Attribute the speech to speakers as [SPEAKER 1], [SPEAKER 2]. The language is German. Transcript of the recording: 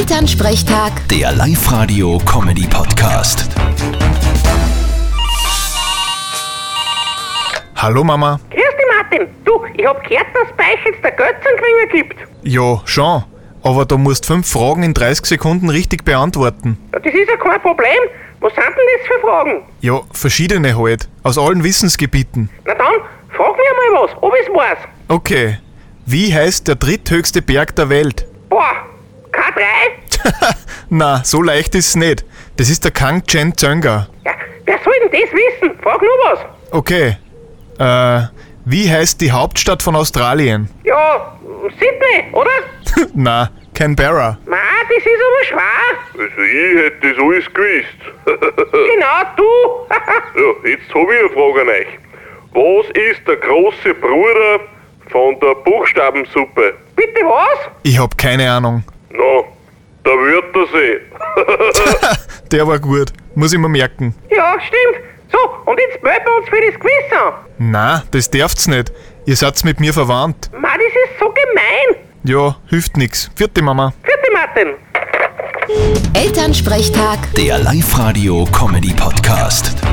[SPEAKER 1] Elternsprechtag,
[SPEAKER 2] Der Live-Radio-Comedy-Podcast.
[SPEAKER 3] Hallo Mama.
[SPEAKER 4] Grüß dich, Martin. Du, ich hab gehört, dass es bei euch jetzt der Götzengringer gibt.
[SPEAKER 3] Ja, schon. Aber da musst fünf Fragen in 30 Sekunden richtig beantworten.
[SPEAKER 4] Ja, Das ist ja kein Problem. Was sind denn das für Fragen?
[SPEAKER 3] Ja, verschiedene halt. Aus allen Wissensgebieten.
[SPEAKER 4] Na dann, frag mich mal was, ob ich's weiß.
[SPEAKER 3] Okay. Wie heißt der dritthöchste Berg der Welt?
[SPEAKER 4] Boah, K3?
[SPEAKER 3] Na, so leicht ist's nicht. Das ist der Kangchenjunga.
[SPEAKER 4] Ja, wer soll denn das wissen? Frag nur was.
[SPEAKER 3] Okay. Äh, wie heißt die Hauptstadt von Australien?
[SPEAKER 4] Ja, Sydney, oder?
[SPEAKER 3] Na, Canberra.
[SPEAKER 4] Ma, das ist aber schwer.
[SPEAKER 5] Also ich hätte das alles gewusst.
[SPEAKER 4] Genau, du.
[SPEAKER 5] ja, jetzt habe ich eine Frage an euch. Was ist der große Bruder von der Buchstabensuppe?
[SPEAKER 4] Bitte was?
[SPEAKER 3] Ich hab keine Ahnung.
[SPEAKER 5] Na, der Wörthersee.
[SPEAKER 3] Der war gut. Muss ich mir merken.
[SPEAKER 4] Ja, stimmt. So, und jetzt melden wir uns für das Quiz an.
[SPEAKER 3] Na, das darf's nicht. Ihr seid's mit mir verwandt.
[SPEAKER 4] Ma, das ist so gemein.
[SPEAKER 3] Ja, hilft nix. Vierte Mama.
[SPEAKER 4] Vierte Martin.
[SPEAKER 1] Elternsprechtag.
[SPEAKER 2] Der Live-Radio-Comedy-Podcast.